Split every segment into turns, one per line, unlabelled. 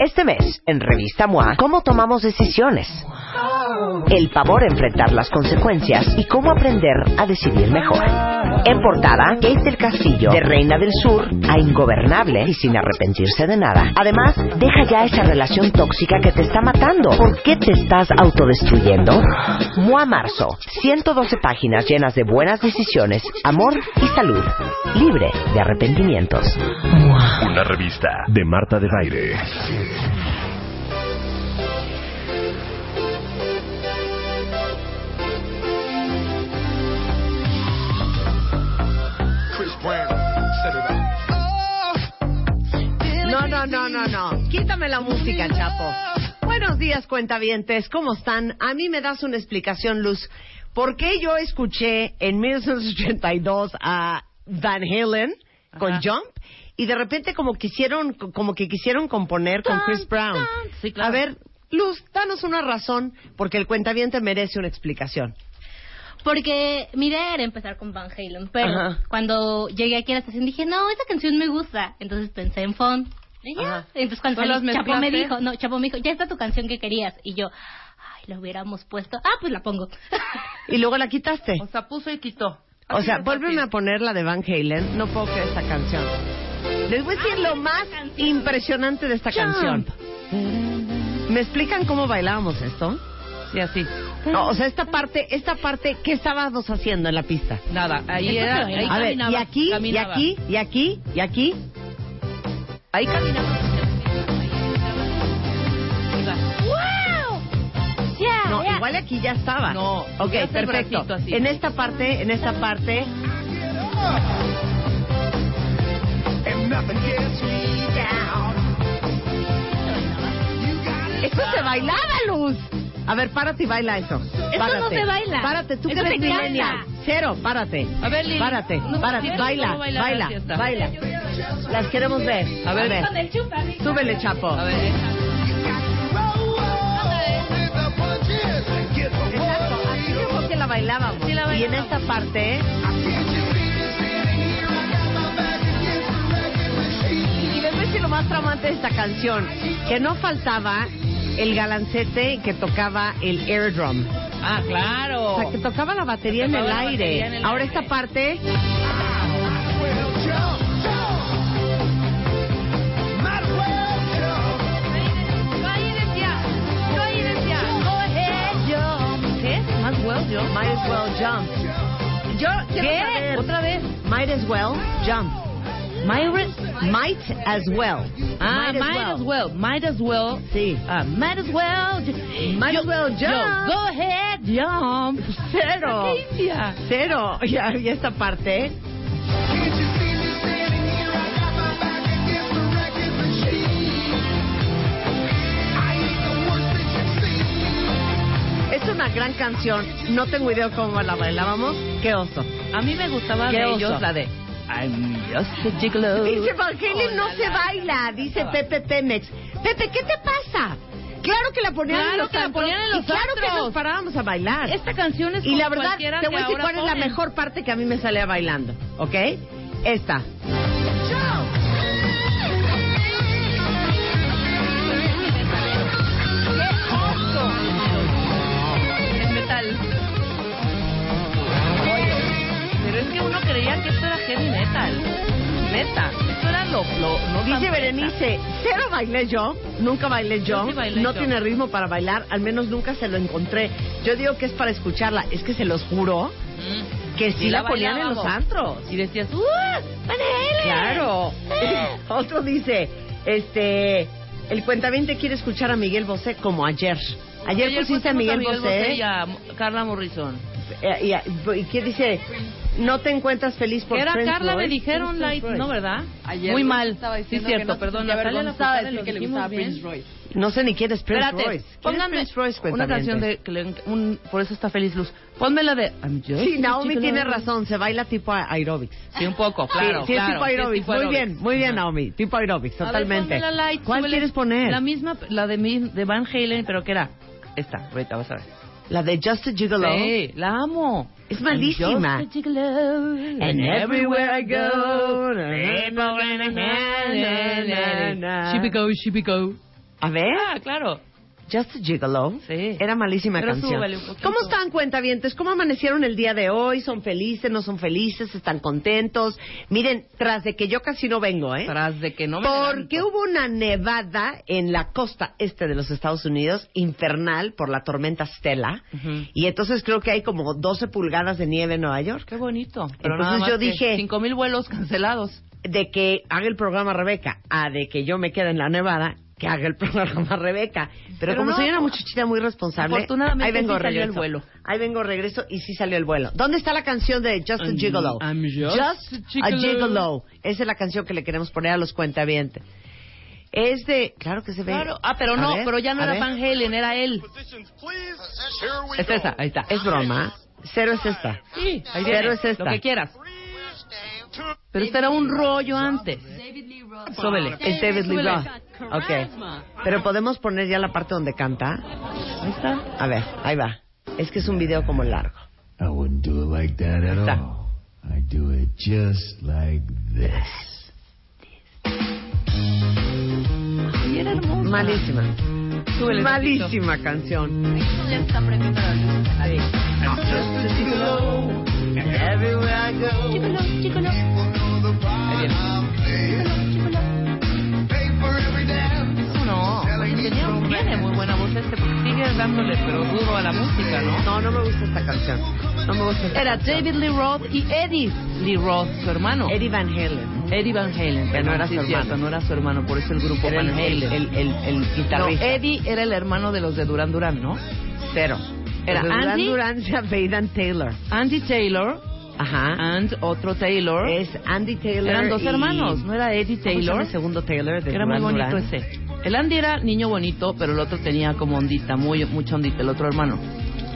Este mes, en Revista MOA, ¿cómo tomamos decisiones? El pavor a enfrentar las consecuencias y cómo aprender a decidir mejor. En portada, Kate del Castillo, de Reina del Sur, a ingobernable y sin arrepentirse de nada. Además, deja ya esa relación tóxica que te está matando. ¿Por qué te estás autodestruyendo? MOA Marzo, 112 páginas llenas de buenas decisiones, amor y salud. Libre de arrepentimientos.
Una revista de Marta de Baile.
Chris Brown, set it up.
No, no, no, no, no. Quítame la música, Chapo. Buenos días, cuentavientes. ¿Cómo están? A mí me das una explicación, Luz. ¿Por qué yo escuché en 1982 a Van Halen con Jump y de repente como quisieron, como que quisieron componer con Chris Brown?
Sí, claro.
A ver, Luz, danos una razón porque el cuentaviente merece una explicación.
Porque mi idea era empezar con Van Halen, pero
Ajá.
cuando llegué aquí a la estación dije, no, esa canción me gusta. Entonces pensé en Fon. Y ya.
Ajá.
Entonces cuando
Pues
salí,
los
Chapo me
mezclaste.
dijo, no, Chapo me dijo, ya está tu canción que querías. Y yo, ay, la hubiéramos puesto. Ah, pues la pongo.
Y luego la quitaste.
O sea, puso y quitó.
O sea, vuélveme a poner la de Van Halen. No puedo creer esta canción. Les voy a decir lo más impresionante de esta canción. ¿Me explican cómo bailábamos esto?
Sí, así.
No, o sea, esta parte, esta parte, ¿qué estábamos haciendo en la pista?
Nada, ahí
Esto
era.
se
Ahí
baila.
A ver,
caminaba,
y aquí,
caminaba.
y aquí, y aquí, y aquí.
Ahí caminaba.
No, igual aquí ya estaba.
No,
ok,
ya hace el
perfecto.
bracito así.
En esta parte, en esta parte.
And nothing gets me down.
Esto se bailaba, Luz. A ver, párate y baila eso. Esto
no se baila.
Párate, tú que
Eso
eres
se canta.
millennial. Cero, párate.
A ver, Lili.
Párate,
No,
párate,
no,
baila,
no bailar
baila,
la fiesta.
baila. Las queremos ver.
A ver.
Súbele, chapo.
A ver,
Roll with the punches. Get the
Exacto,
one
así yo creo que la bailábamos.
Sí, la
Y en esta parte, ¿eh?
I can't you see me standing here? I got my back against the wrecking machine.
y les voy a decir lo más traumante de esta canción, que no faltaba el galancete que tocaba el airdrum.
Ah, claro.
O sea, que tocaba la batería en el
Tocaba la batería en
aire.
el
Ahora
aire.
esta parte,
Might well jump, jump. Might well jump.
¿qué? Might well jump. Might as well jump. Yo quiero
¿Qué?
saber-
¿Otra vez?
Might as well jump. Might as well.
Ah, might, as well. Might as well.
Sí.
Ah, might as well.
Might
Yo-
as well jump.
yo, go ahead, jump.
Cero.
¿Qué India?
Cero. Y, y esta parte. ¿eh?
Can't you see me standing here? I got my back against the wrecking machine. I ain't the worst that you've seen.
Es una gran canción. No tengo idea cómo la bailábamos. Qué oso.
A mí me gustaba
Qué
de
oso.
ellos la de I'm just a gigolo.
Dice Van Halen, no se baila, dice Pepe Pemex. Pepe, ¿qué te pasa? Claro que la ponían
Claro
en los
que la
antros
ponían en los
y claro que
antros.
nos parábamos a bailar.
Esta canción Este
Y
es como
la verdad,
cualquiera
te
que
voy a decir
ahora
cuál es la
ponen.
mejor parte que a mí me salía bailando, ¿ok? Esta.
Es metal. Pero es que uno creía que esto era heavy metal. Neta, esto era lo... lo no tan
Dice
neta.
Berenice, cero bailé yo, nunca bailé yo,
sí bailé
no
yo.
tiene ritmo para bailar, al menos nunca se lo encontré. Yo digo que es para escucharla, es que se los juro
Mm.
que sí
Y
la, ponían en los
bailábamos.
antros.
Y decías, ¡Uh! ¡Van Halen!
Claro.
¡Ah!
Otro dice, este, el cuentaviente quiere escuchar a Miguel Bosé como ayer. Ayer, pusiste a
pusimos
Miguel, Bosé.
y a Carla Morrison.
eh, y a- ¿Y qué dice? No te encuentras feliz por ¿eh?
Que era
Prince
Carla,
Floyd.
me dijeron,
Prince
like,
Floyd.
no, ¿verdad?
Ayer
Muy
Luis
mal.
estaba
Sí, es
diciendo que
cierto,
no
perdón.
se
Natalia
avergonzaba
Lafourcade
de
lo
decir que le
dijimos
gustaba
bien.
Prince Royce.
No sé ni quién es Prince
Espérate,
Royce. ¿Quién es
pónganme
Prince Royce?
una canción de... que le- un- por eso está feliz Luz. Ponme la de... I'm just
Sí,
a
Naomi
chicken
tiene
lover.
razón, se baila tipo a- aerobics.
Sí, un poco, claro,
sí, sí es
claro,
tipo
sí es
aerobics.
tipo
muy
aerobics.
bien, muy bien,
Ajá.
Naomi. Tipo aerobics,
A ver,
totalmente.
ponme la light,
¿Cuál
súbele.
quieres poner?
La misma, la de, mi- de Van Halen, pero que era esta. Ahorita vas a ver.
La de Just a Gigolo.
Sí, la amo.
Es malísima.
I'm just a gigolo.
And everywhere I go.
Shippy go, shippy go.
A ver,
Ah, claro.
Just a Gigolo.
Sí.
Era malísima
Pero
canción.
súbele un poquito.
¿Cómo están, cuentavientes? ¿Cómo amanecieron el día de hoy? ¿Son felices? ¿No son felices? ¿Están contentos? Miren, tras de que yo casi no vengo, ¿eh?
Tras de que no me
Porque
levanto.
hubo una nevada en la costa este de los Estados Unidos, infernal, por la tormenta Stella.
Ujú.
Y entonces creo que hay como 12 pulgadas de nieve en Nueva York.
Qué bonito. Pero
Entonces
nada más
yo
que
dije-
Cinco mil vuelos cancelados.
De que haga el programa Rebeca a de que yo me quede en la nevada, que haga el programa Rebeca. Pero,
Pero
como
no.
soy una muchachita muy responsable,
Afortunadamente
ahí vengo
sí salió
regreso.
el vuelo.
Ahí vengo regreso y sí salió el vuelo. ¿Dónde está la canción de Justin
I'm-
Gigolo?
I'm just
a
a gigolo.
Gigolo. Esa es la canción que le queremos poner a los cuentavientes. Es de... Claro que se ve.
Claro. Ah, pero
A
no,
ver,
pero ya no
a
era
ver.
Van Halen, era él. Es esa, ahí está.
Es broma. Cero es esta.
Sí, ahí viene.
Cero es esta.
Lo que quieras. Pero este era un rollo antes. Sóbele.
Es David Lee
Súbele.
Roth. Ok. Pero podemos poner ya la parte donde canta.
Ahí está.
A ver, ahí va. Es que es un video como largo.
I wouldn't do it like that at
Exacto.
all. I do it just like this.
Y era hermoso.
Malísima.
Súbele tantito.
Malísima canción.
No, oye, tenía- tiene muy buena voz este, porque sigue dándole, pero duro a la música, ¿no?
No, no me gusta esta canción. No me gusta esta
Era
canción.
David Lee Roth y Eddie Lee Roth, su hermano.
Eddie Van Halen.
Eddie Van Halen,
Que no era
sí,
su
es
hermano.
cierto, no era su hermano, por eso el grupo
Era
Van
el,
Halen.
el, el, el, el
no,
guitarrista.
Eddie era el hermano de los de Duran Duran, ¿no?
Cero.
Era
Los de Duran
Andy.
Duran se apellidan Taylor.
Andy Taylor
Ajá.
and otro Taylor.
Ah. Es Andy Taylor.
Ah. Eran dos
y-
hermanos, no era Eddie
¿Cómo se llama
Taylor.
el segundo Taylor de
Era muy
Duran
bonito
Duran?
ese. El Andy era niño bonito, pero el otro tenía como ondita, muy, mucha ondita, el otro hermano.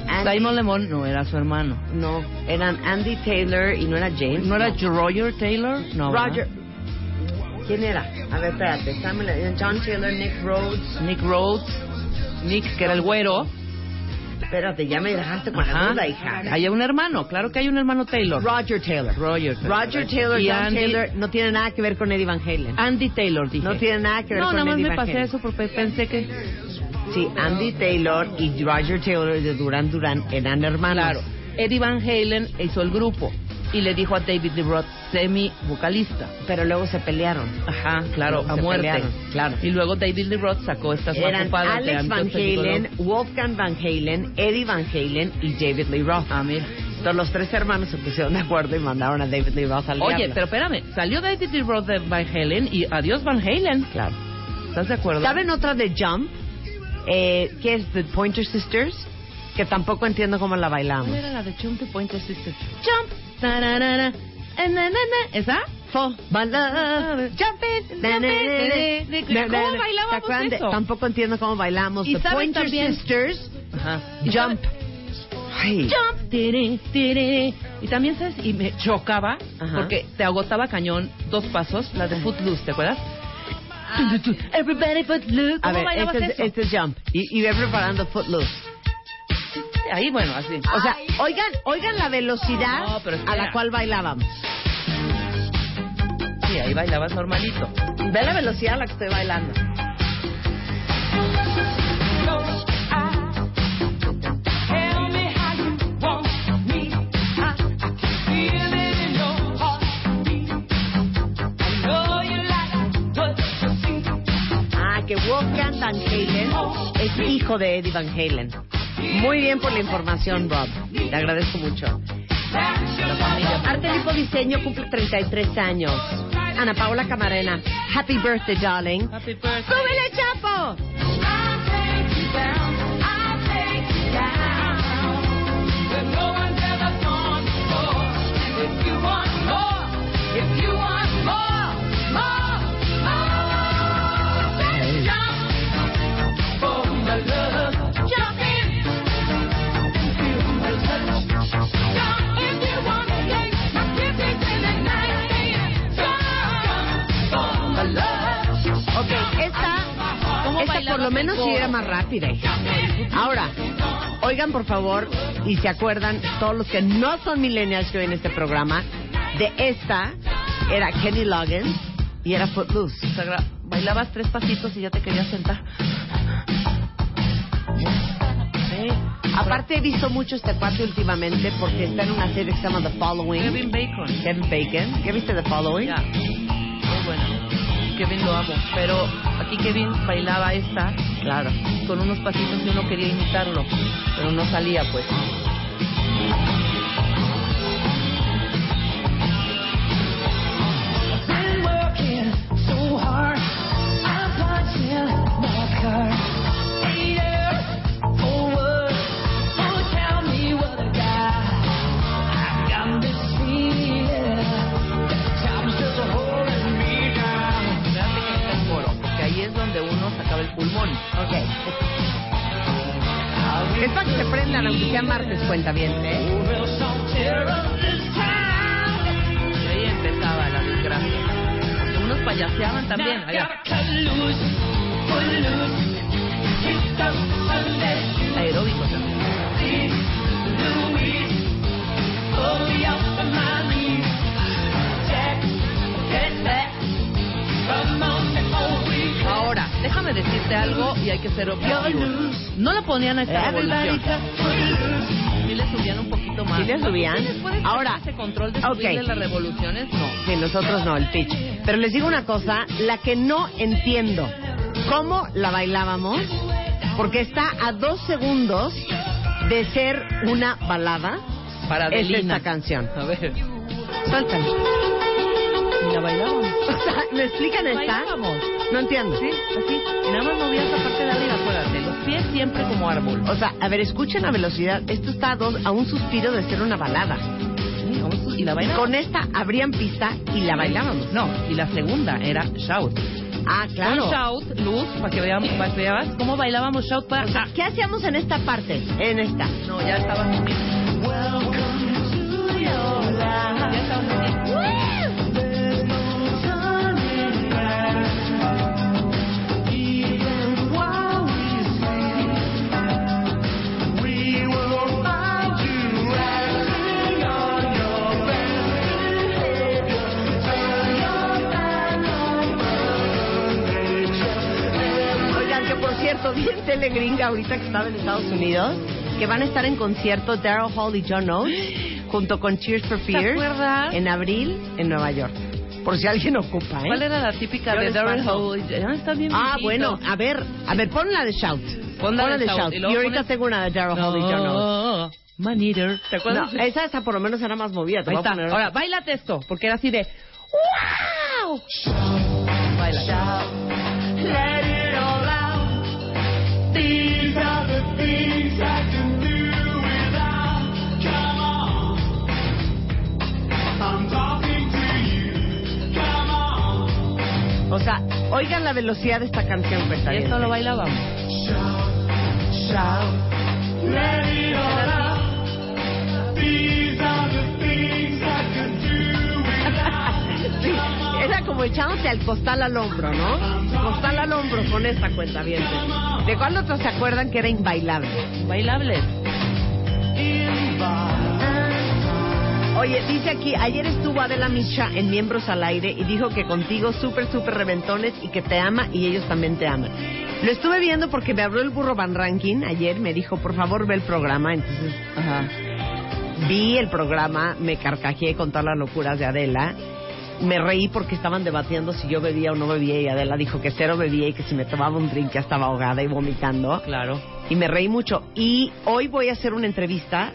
Andy-
Simon Lemon no era su hermano.
No, eran Andy Taylor y no era James.
¿No era Roger Taylor? No, ¿verdad?
Roger. ¿Quién era? A ver, espérate. Samuel, eh, John Taylor, Nick Rhodes.
Nick Rhodes. Nick, que era el güero.
Espérate, ya me dejaste con la
Ajá.
duda, hija.
Hay un hermano, claro que hay un hermano Taylor.
Roger Taylor.
Roger Taylor.
Roger Taylor,
Y
John
Andy- Ah,
Taylor, no tiene nada que ver con Eddie Van Halen.
Andy Taylor, dije.
No tiene nada que ver
No,
con
nada más
Eddie
me
Van
pasé
Halen.
eso porque pensé que...
Sí, Andy Taylor y Roger Taylor de Duran Duran eran hermanos.
Claro, Eddie Van Halen hizo el grupo y le dijo a David Lee Roth, semi-vocalista.
Pero luego se pelearon.
Ajá, claro, a
Se
muerte.
pelearon, claro.
Y luego David Lee Roth sacó estas
Eran
macupadas de
Alex
Andy
Van
Taylor.
Halen, Wolfgang Van Halen, Eddie Van Halen y David Lee Roth.
Ah, mira.
Entonces los tres hermanos se pusieron de acuerdo y mandaron a David Lee Roth al
Oye,
diablo.
pero espérame, salió David Lee Roth de Van Halen y adiós Van Halen.
Claro.
¿Estás de acuerdo?
¿Saben otra de Jump? Eh, que es The Pointer Sisters, que tampoco entiendo cómo la
¿Cuál
bailamos.
era la de Jump the Pointer Sisters? Jump. tararara, eh, na, na, na. ¿Esa?
For my
Ah,
love.
Jump it,
Na, na,
jump
na,
it.
na.
De- de-
Na, na,
¿Cómo
na. ¿Se
bailábamos
acuerdan de-
eso?
Tampoco entiendo cómo bailamos.
¿Y
The
saben
Pointer
también?
Sisters,
Ajá.
Jump. Ay.
Jump. Tere, tere. Y también, ¿sabes? Y me chocaba
Ajá.
porque te agotaba cañón dos pasos, la de Footloose, ¿te acuerdas? Tu, tu, tu. Everybody Footloose.
A
¿Cómo
ver,
bailabas
este es,
eso?
este es Jump. Y, y ve preparando Footloose.
Ahí, bueno, así.
O sea, oigan, oigan la velocidad
No, pero
a
espera.
la cual bailábamos.
Sí, ahí bailabas normalito.
Ve la velocidad a la que estoy bailando. Ah, Ah, que Wolfgang Van Halen es hijo de Eddie Van Halen. Muy bien por la información, Rob. Te agradezco mucho. Arte Lipo Diseño cumple 33 años. Ana Paula Camarena, happy birthday, darling.
Happy birthday.
¡Súbele, Chapo!
you want more, if you want more, more, more, then jump for my love. Jump in and feel my touch. Jump if you want to take my kisses in the night. And Jump for my love.
Ok, esta, esta por lo menos sí era más rápida. Ahora, oigan por favor y se acuerdan todos los que no son millennials que ven este programa de esta era Kenny Loggins y era Footloose.
Sagra- Bailabas tres pasitos y ya te querías sentar.
Aparte he visto mucho este cuate últimamente porque está en una serie que se llama The Following.
Kevin Bacon.
Kevin Bacon. ¿Ya viste The Following?
Ya. Muy bueno. Kevin lo amo. Pero aquí Kevin bailaba esta
Claro.
con unos pasitos y uno quería imitarlo. Pero no salía, pues.
Been working so hard. I'm punching my card. Eight years forward. So tell me what I got. I got this feeling that time's just holding me down.
Espérate que está el coro, porque ahí es donde uno sacaba el pulmón.
Ok. Es para que se prendan, aunque sea martes, cuenta bien, ¿eh?
Will some tear up this town?
Ahí empezaba la desgracia. Porque unos payaseaban también.
Now I
Allá.
gotta cut loose, foot loose. Kick the Sunday
Aeróbico también. Ahora, déjame decirte algo y hay que ser objetivo. No la ponían
Eh,
a esta revolución. Sí le subían un poquito más.
Sí le subían.
¿Tú tienes- puedes
Ahora,
tener ese control de
ok.
subirle las revoluciones? No.
Sí, nosotros no, el pitch. Pero les digo una cosa, la que no entiendo, ¿cómo la bailábamos? Porque está a dos segundos de ser una balada.
Para
Es
Adelina.
esta canción.
A ver.
Suéltala.
Y la bailaban.
O sea, ¿me explican esta?
Bailábamos.
No entiendo.
Sí, así. Y nada más movías la parte de arriba, acuérdate. Los pies siempre como árbol.
O sea, a ver, escuchen la velocidad. Esto está a, dos- a un suspiro de ser una balada.
Y la bailaban.
Con esta abrían pista y la bailábamos.
No, y la segunda era shout.
Ah, claro.
Un shout, luz, para que veamos, para que veas cómo bailábamos shout para...
O sea, ¿Qué hacíamos en esta parte? En esta.
No, ya estaba muy Ya estaba muy
Oigan, que por cierto, vi en Telegringa ahorita que estaba en Estados Unidos, que van a estar en concierto Daryl Hall y John Oates junto con Cheers for Fears
acuerdas?
en abril en Nueva York. Por si alguien ocupa, ¿eh?
¿Cuál era la típica
Yo
de
les
Daryl
paso.
Hall? Ya está bien
Ah,
viejito.
bueno, a ver, a ver, pon la de Shout.
Pon la de Shout.
Y,
Y luego
ahorita
pones-
tengo una de Daryl Hall y John Oates.
No, man eater. ¿Te
No,
acuerdas?
esa, esa por lo menos era más movida. te
Ahí
voy a
está.
poner-
Ahora, bailate esto, porque era así de... ¡Wow! Baila.
O sea, oigan la velocidad de esta canción, pues,
Y
también.
esto lo bailábamos.
Era como echándose al costal al hombro, ¿no? Costal al hombro con esta cuenta bien. ¿De cuál otros se acuerdan que era inbailable?
Bailables.
Oye, dice aquí, ayer estuvo Adela Micha en Miembros al Aire y dijo que contigo súper, súper reventones y que te ama y ellos también te aman. Lo estuve viendo porque me habló el burro Van Ranking ayer, me dijo, por favor, ve el programa. Entonces
Ajá.
vi el programa, me carcajeé con todas las locuras de Adela. Me reí porque estaban debatiendo si yo bebía o no bebía y Adela dijo que cero bebía y que si me tomaba un drink ya estaba ahogada y vomitando.
Claro.
Y me reí mucho. Y hoy voy a hacer una entrevista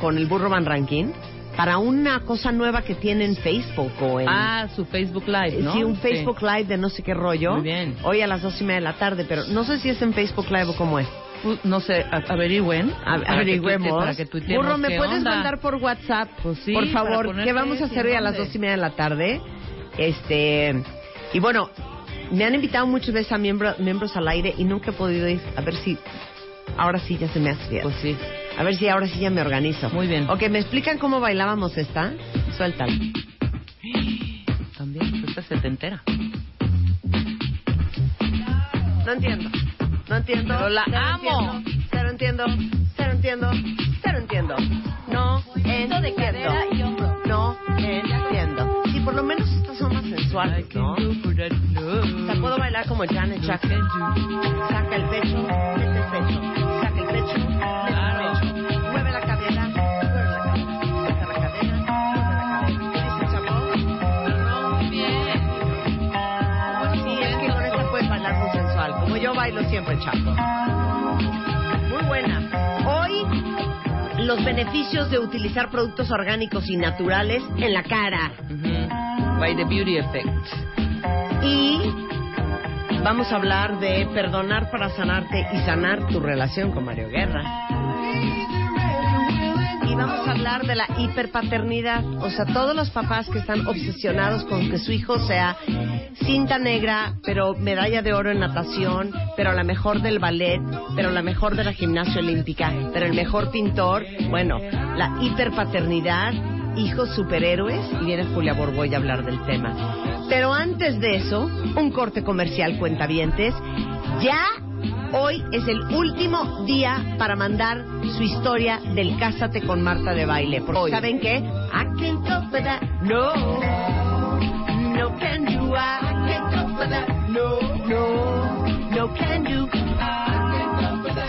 con el Burro Van Rankin para una cosa nueva que tiene en Facebook o en...
Ah, su Facebook Live, ¿no?
Sí, un Facebook Live de no sé qué rollo.
Muy bien.
Hoy a las dos y media de la tarde, pero no sé si es en Facebook Live o cómo es.
Sí. Pues, no sé, a- averigüen.
A-
para que
Averigüemos.
tuite- Para que tuiteemos
Burro, ¿me
qué
puedes
onda.
mandar por WhatsApp?
Pues sí,
por
para
favor,
ponerte
¿qué vamos a hacer hoy a las
dónde?
dos y media de la tarde? Este. Y bueno, me han invitado muchas veces a miembro- miembros al aire y nunca he podido ir. A ver si. Ahora sí ya se me hace bien.
Pues sí.
A ver si ahora sí ya me organizo.
Muy bien.
Ok, ¿me explican cómo bailábamos esta? Suéltala.
También, esta setentera.
No entiendo. No entiendo.
Pero la
Cero
amo.
entiendo, Cero entiendo. Cero entiendo. Cero entiendo. No entiendo. No entiendo. Sí, por lo menos estas son más sensuales, ¿no? O sea, puedo bailar como Janet Jackson. Saca el pecho, mete el pecho. Saca el pecho, mete el pecho. Mueve la cadera, mueve la cadera. Saca la cadera, mueve la cadera. Dice Chapón. Sí, es que con esta puedes bailar muy sensual, como yo bailo siempre, Chapo. Muy buena. Hoy, los beneficios de utilizar productos orgánicos y naturales en la cara.
Ujú. Mm-hmm. By the beauty effect.
Y vamos a hablar de perdonar para sanarte y sanar tu relación con Mario Guerra. Y vamos a hablar de la hiperpaternidad, o sea, todos los papás que están obsesionados con que su hijo sea cinta negra, pero medalla de oro en natación, pero la mejor del ballet, pero la mejor de la gimnasia olímpica, pero el mejor pintor. Bueno, la hiperpaternidad, hijos superhéroes, y viene Julia Borboy a hablar del tema. Pero antes de eso, un corte comercial cuentavientes. Ya Hoy es el último día para mandar su historia del Cásate con Marta de baile. Porque
Hoy.
¿saben qué? I can't go for that. No. No can do. I can't go for that. No, no. No can do.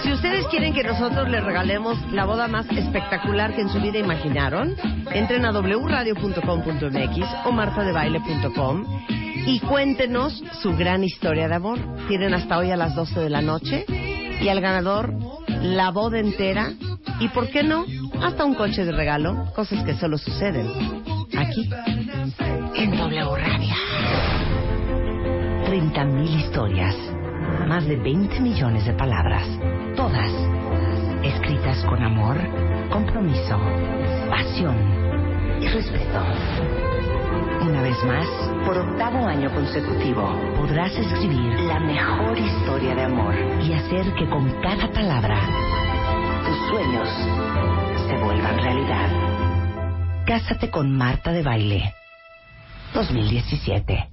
Si ustedes quieren que nosotros les regalemos la boda más espectacular que en su vida imaginaron, entren a wradio.com.mx o martadebaile.com y cuéntenos su gran historia de amor. Tienen hasta hoy a las 12 de la noche y al ganador la boda entera y, ¿por qué no?, hasta un coche de regalo, cosas que solo suceden aquí en W Radio.
30.000 historias, más de 20 millones de palabras, todas escritas con amor, compromiso, pasión y respeto. Una vez más, por octavo año consecutivo, podrás escribir la mejor historia de amor y hacer que con cada palabra tus sueños se vuelvan realidad. Cásate con Marta de Baile 2017.